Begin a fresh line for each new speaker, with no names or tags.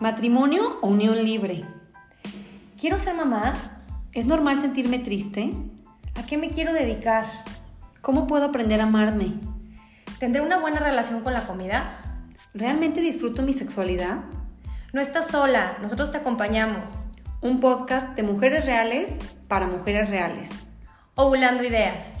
Matrimonio o unión libre.
¿Quiero ser mamá?
¿Es normal sentirme triste?
¿A qué me quiero dedicar?
¿Cómo puedo aprender a amarme?
¿Tendré una buena relación con la comida?
¿Realmente disfruto mi sexualidad?
No estás sola, nosotros te acompañamos.
Un podcast de mujeres reales para mujeres reales.
Ovulando Ideas.